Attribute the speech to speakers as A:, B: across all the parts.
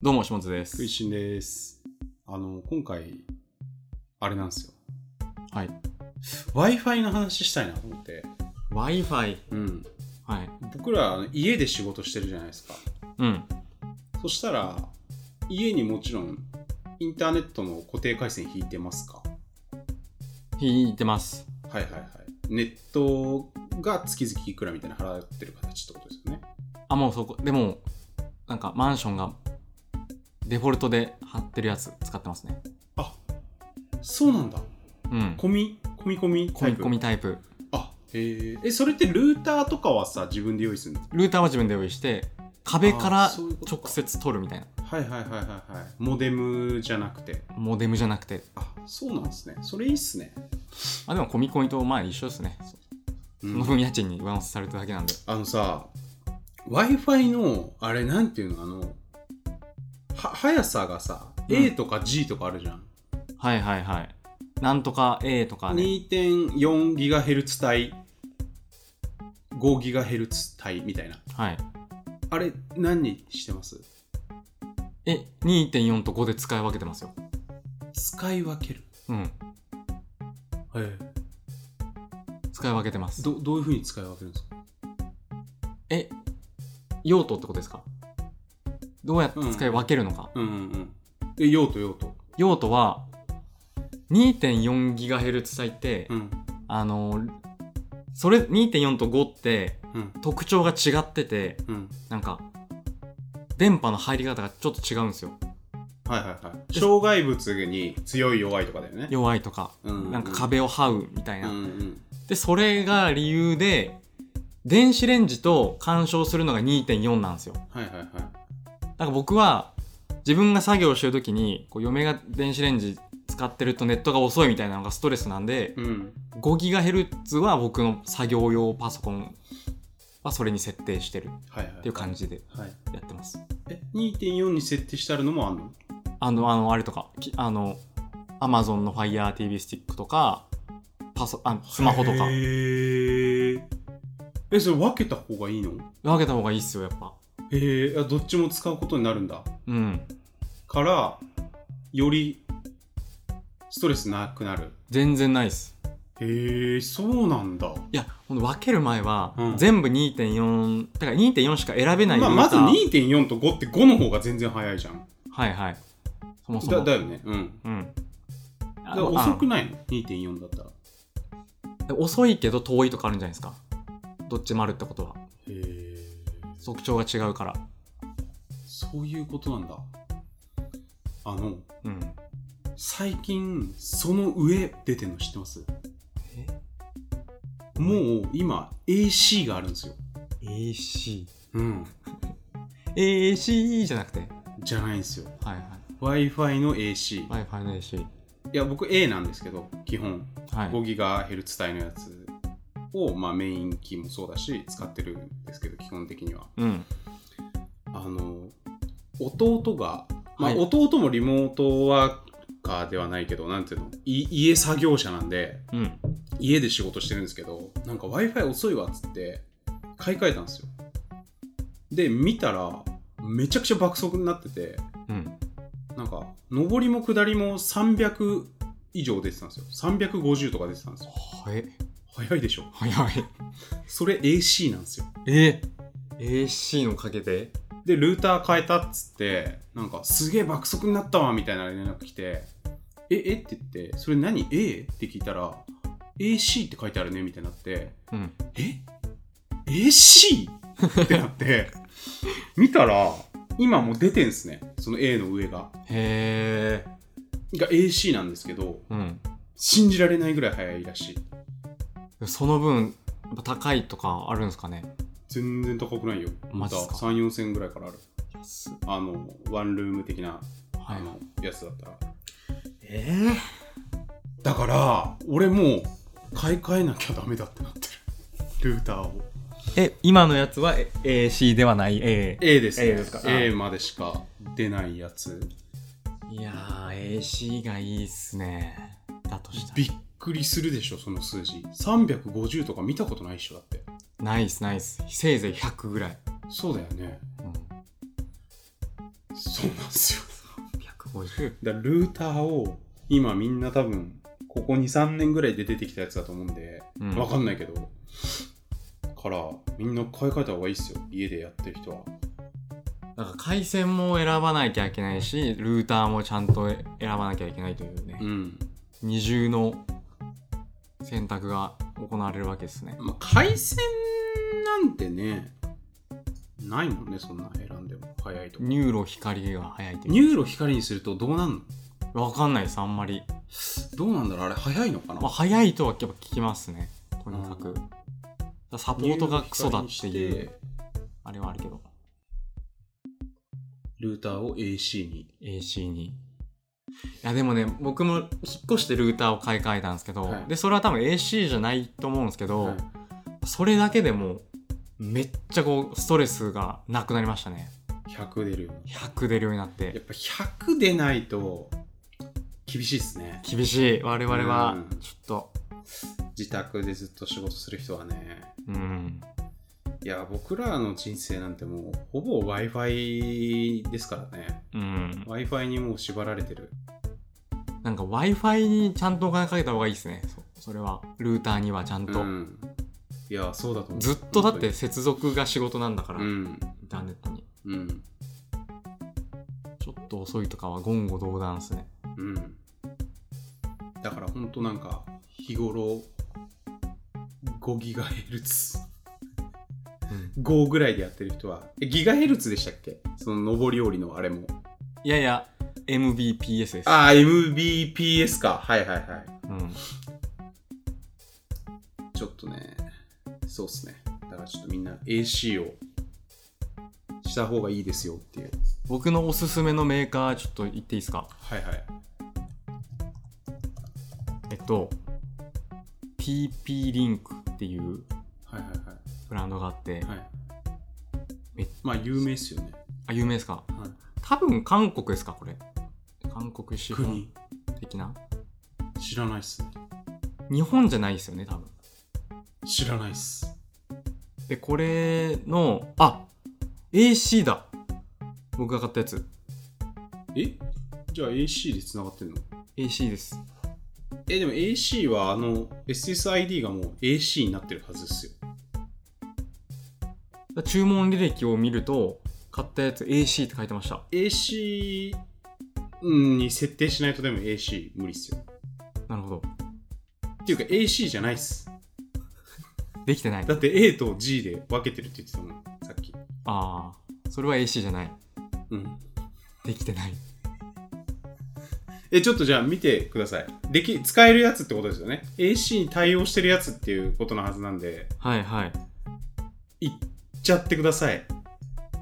A: どうも、下津です。
B: 食いしんです。あの、今回、あれなんですよ。
A: はい。
B: Wi-Fi の話したいなと思って。
A: Wi-Fi。
B: うん。
A: はい。
B: 僕ら、あの家で仕事してるじゃないですか。
A: うん。
B: そしたら、家にもちろん、インターネットの固定回線引いてますか
A: 引いてます。
B: はいはいはい。ネットが月々いくらみたいな払ってる形ってことですよね。
A: あ、もうそこ、でも、なんかマンションがデフォルトで貼ってるやつ使ってますね。
B: あ、そうなんだ。
A: うん。
B: 込み、込み込み
A: コ
B: タイ
A: ミ
B: プ
A: コミタイプ。
B: あ、へーえ、それってルーターとかはさ、自分で用意するの
A: ルーターは自分で用意して、壁か
B: あ
A: ら
B: そういうことか
A: 直接取るみたいな。
B: はいはいはいはいはいモデムじゃなくて
A: モデムじゃなくて。
B: あそうなんですねそれいいっすね、
A: あ、でもコミコミとまあ一緒ですね。
B: う
A: そ
B: ん
A: の分家賃に上乗せされただけなんで。
B: あのさ w i f i のあれなんていうのあのは速さがさ、
A: うん
B: A とか G とかあるじゃん、
A: はいはいはい。なんとか A とかね。
B: 2.4GHz 帯 5GHz 帯みたいな
A: はい。
B: あれ何にしてます
A: え、2.4と5で使い分けてますよ。
B: 使い分ける
A: うん。
B: はい
A: 使い分けてます。
B: どどういうふうに使い分けるんですか
A: え用途ってことですかどうやって使い分けるのか、
B: うんうんうんで用途用途
A: 用途は 2.4GHz 帯って、
B: うん
A: あのそれ2.4と5って
B: うん
A: 特徴が違ってて
B: うん
A: なんか電波の入り方がちょっと違うんですよ
B: はいはいはい。障害物に強い弱いとかだよね。
A: 弱いとか、
B: うん
A: なんか壁を這うみたい
B: うん
A: な、
B: うん。
A: でそれが理由で電子レンジと干渉するのが2.4なんですよ
B: はいはいはい。
A: なんか僕は自分が作業してる時にこう嫁が電子レンジ使ってるとネットが遅いみたいなのがストレスなんで
B: うん。
A: 5GHz は僕の作業用パソコンはそれに設定してるっ
B: はいはい。って
A: いう感。じで
B: はい。
A: やってます
B: え、2.4に設定してあるのもあんの
A: あのあのあれとかきあの Amazon の FireTV スティックとかパソあスマホとか
B: へーえ、それ分けた方がいいの
A: 分けた方がいいっすよやっぱ
B: へえ、あどっちも使うことになるんだ。
A: うん
B: から、よりストレスなくなる。
A: 全然ないっす
B: へえ、そうなんだ。
A: いやほんと分ける前は
B: うん
A: 全部2.4だから2.4しか選べない
B: まあ、
A: ルー
B: まず
A: ター
B: 2.4と5って5の方が全然早いじゃん。
A: はいはいそもそも
B: だだよね。うん。
A: うん。
B: だから遅くないの ?2.4 だった
A: あ
B: ら。
A: 遅いけど遠いとかあるんじゃないですか。どっちもあるってことは。
B: へえ。
A: 特徴が違うから。
B: そういうことなんだ。あの、
A: うん。
B: 最近、その上出てんの知ってますもう今、AC があるんですよ。
A: ?AC。
B: うん。
A: AC じゃなくて。
B: じゃないんですよ。
A: はいは
B: Wi-Fi の AC。い
A: い。Wi-Fi の AC。
B: や、僕 A なんですけど、基本。
A: はい。
B: 5GHz 帯のやつを、まあメイン機もそうだし、使ってるんですけど、基本的には。
A: うん。
B: あの、弟が、ま
A: は
B: あ
A: い
B: 弟もリモートワーカーではないけど、なんていうの、い家作業者なんで、
A: うん。
B: 家で仕事してるんですけどなんか w i f i 遅いわっつって買い替えたんですよで見たらめちゃくちゃ爆速になってて
A: うん。
B: なんか上りも下りも300以上出てたんですよ350とか出てたんですよ
A: はい。
B: 早いでしょ
A: 早い。
B: それ AC なんですよ
A: え ?AC のかけて
B: でルーター変えたっつってなんかすげえ爆速になったわみたいな連絡来てええって言ってそれ何 A? って聞いたら AC って書いてあるねみたいになって
A: うん。
B: え AC? ってなって見たら今もう出てんすねその A の上が
A: へえ。
B: が AC なんですけど
A: うん。
B: 信じられないぐらい早いらしい
A: その分、やっぱ高いとかあるんですかね
B: 全然高くないよ
A: マジっすか
B: 34千ぐらいからある
A: 安
B: あのワンルーム的な
A: は
B: あ
A: い。
B: のやつだったら
A: えー、
B: だから俺もう買い替えなきゃダメだってなってるルーターを
A: え、今のやつはえ AC ではない A。
B: A です
A: A ですか
B: A までしか出ないやつ
A: いやー、AC がいいっすね。だとした
B: びっくりするでしょその数字350とか見たことないっしょだって
A: ら。ナイスナイス。せいぜい100ぐらい。
B: そうだよね
A: うん
B: そそうなんですよ。
A: 150
B: だからルーターを今みんな多分ここ23年ぐらいで出てきたやつだと思うんで、
A: うん
B: わかんないけどからみんな買い替えた方がいいっすよ家でやってる人は
A: だから回線も選ばなきゃいけないしルーターもちゃんと選ばなきゃいけないというね、
B: うん、
A: 二重の選択が行われるわけですね
B: まあ、回線なんてねないもんねそんな選んでも早いとか
A: ニューロ光が速いと
B: ニ
A: いう
B: ューロ光にするとどうなんの
A: わかんないですあんまり、
B: どうなんだろうあれ早いのかな、
A: まあ、速いとはやっぱ聞きますねとにかく、
B: うん
A: だからサポートがクソだって
B: ニュ
A: い
B: ーロ光
A: う
B: にして
A: あれはあるけど
B: ルーターを AC に
A: AC にいやでもね僕も引っ越してルーターを買い替えたんですけど、
B: はい
A: でそれは多分 AC じゃないと思うんですけど、
B: はい
A: それだけでもめっちゃこうストレスがなくなりましたね
B: 100出るように
A: 100出るようになっ
B: や
A: て
B: っぱ100出ないと厳しいっすね
A: 厳しい我々は
B: うん
A: ちょっと
B: 自宅でずっと仕事する人はね
A: うん
B: いや僕らの人生なんてもうほぼ w i f i ですからね
A: うん
B: w i f i にもう縛られてる
A: なんか w i f i にちゃんとお金かけた方がいいですねそそれはルーターにはちゃんと、
B: うん、いやそうだと思う
A: ずっとだって接続が仕事なんだから、
B: う
A: イン
B: ん
A: ターネットに
B: うん
A: ちょっと遅いとかは言語道断ですね
B: うんだからほんとなんか日頃 5GHz5
A: うん
B: ぐらいでやってる人はえギガヘルツでしたっけその上り下りのあれも
A: いやいや MBPS です
B: ああ MBPS かはいはいはい
A: うん
B: ちょっとね、そうっすね。だからちょっとみんな AC をした方がいいですよっていう。
A: 僕のおすすめのメーカーちょっと言っていいですか
B: はいはい。
A: えっと PP リンクっていう
B: はいはい
A: ブランドがあって、
B: はい。はい
A: え、
B: まあ有名っすよね。
A: あ有名ですか
B: はい、
A: 多分韓国ですかこれ韓国資本
B: 国
A: 的な
B: 知らないっすね。
A: 日本じゃないですよね多分
B: 知らないっす。
A: でこれのあ AC だ僕が買ったやつ
B: えじゃあ AC で繋がってんの
A: AC です
B: え、でも AC はあの SSID がもう AC になってるはずっすよ。
A: だ注文履歴を見ると買ったやつ AC って書いてました
B: AC うんに設定しないとでも AC 無理っすよ。
A: なるほど
B: っていうか AC じゃないっす。
A: できてない
B: だって A と G で分けてるって言ってたもん、さっき。
A: ああそれは AC じゃない
B: うん。
A: できてない
B: え、ちょっとじゃあ見てください。でき、使えるやつってことですよね。AC に対応してるやつっていうことのはずなんで、
A: はいはい
B: いっちゃってください。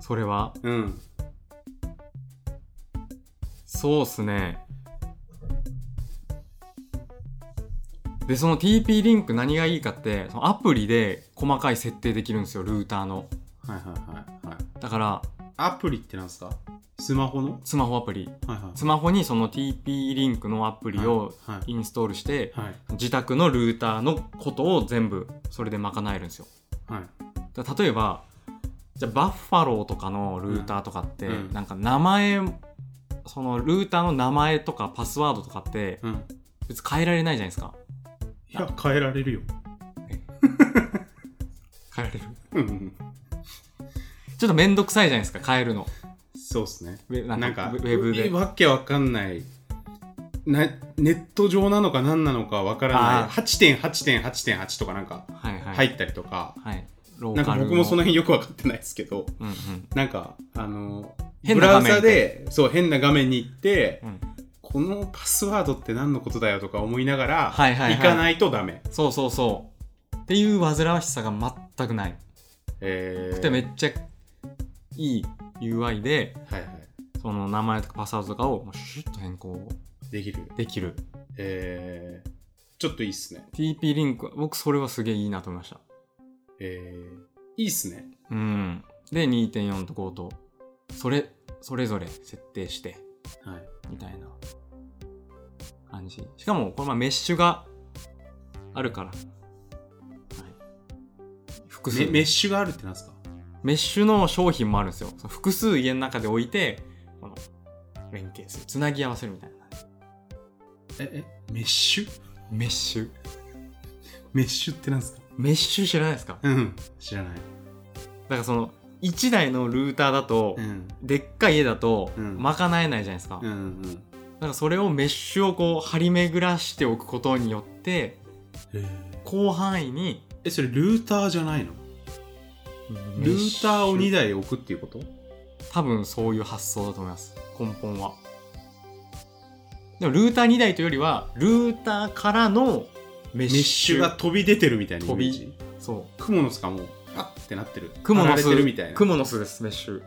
A: それは
B: うん。
A: そうっすね。で、その TP リンク何がいいかって、そのアプリで細かい設定できるんですよ、ルーターの。
B: はいはいはい。はい、
A: だから、
B: アプリってなんですかスマホの
A: スマホアプリ。
B: はいはい。
A: スマホにその TP リンクのアプリを
B: はい。
A: インストールして、
B: はい。
A: 自宅のルーターのことを全部それで賄えるんですよ。
B: はい。
A: だから例えば、じゃあバッファローとかのルーターとかって、
B: うんうん
A: なんか名前、そのルーターの名前とかパスワードとかって
B: うん。
A: 別に変えられないじゃないですか。
B: いや、変えられるよ。
A: 変えられる
B: うん。
A: ちょっとめんどくさいじゃないですか、変えるの。
B: そうっすね。
A: ウェな
B: なんか、
A: ウェウェブで。
B: わけわかんない。なネット上なのか何なのかわからない
A: あ
B: 8.8.8.8とかなんか
A: はいはい。
B: 入ったりとか、
A: はいロ
B: な
A: ー
B: ん
A: カ
B: か
A: ル
B: 僕もその辺よくわかってないですけど
A: うんうん。
B: なんかあのブ
A: 変な
B: ラ
A: 画
B: ウ
A: 面
B: ザでそう変な画面に行って、
A: うん
B: このパスワードって何のことだよとか思いながら、
A: はいはいはい
B: 行かないとダメ
A: そうそうそう。っていう煩わしさが全くない。
B: えー、
A: で、めっちゃいい UI で、
B: はいはい
A: その名前とかパスワードとかをもうシュッと変更
B: できる
A: できる。
B: えー、ちょっといいっすね
A: TP リンク、僕それはすげえいいなと思いました。
B: えー、いいっすね
A: うん。で、2.4と5と、それ、それぞれ設定して、
B: はい
A: みたいな感じ。しかも、このまあメッシュがあるから。はい、複数
B: メ
A: メ
B: メッ
A: ッ
B: シュがあるってなんですか
A: シュの商品もあるんですよ。その複数家の中で置いて、この連携するつなぎ合わせるみたいな
B: え、え、メッシュ
A: メッシュ
B: メッシュってなんですか
A: メッシュ知らないですかだ
B: うん。知らない。
A: からその1台のルーターだと、
B: ん。
A: でっかい家だと
B: うん
A: 賄えないじゃないですか、
B: うんうん。
A: なんかそれをメッシュをこう張り巡らしておくことによって広範囲に
B: え、それルーターじゃないのルーターを2
A: 台
B: 台置くっていうこと
A: 多分そういう発想だと思います根本はでもルーター2台というよりはルーターからのメッ
B: メ
A: シュ
B: ッシュが飛び出てるみたいなイメージ。
A: そ
B: クモの巣がもう、パッてなってる。
A: うクモの
B: 張ら
A: 巣
B: れてるみたいな。
A: クモの巣ですメッシュ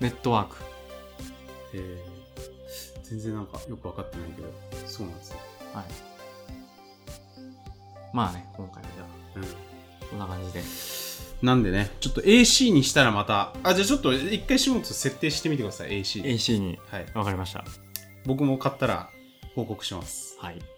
A: ネットワーク
B: へー全然なんかよく分かってないけど、そうなんですね。
A: はいまあね今回はじゃあこんな感じで
B: うん。なんでね、ちょっと AC にしたらまた、あ、じゃあちょっと一回下本設定してみてください、AC。
A: AC に
B: はい。
A: 分かりました
B: 僕も買ったら報告します。
A: はい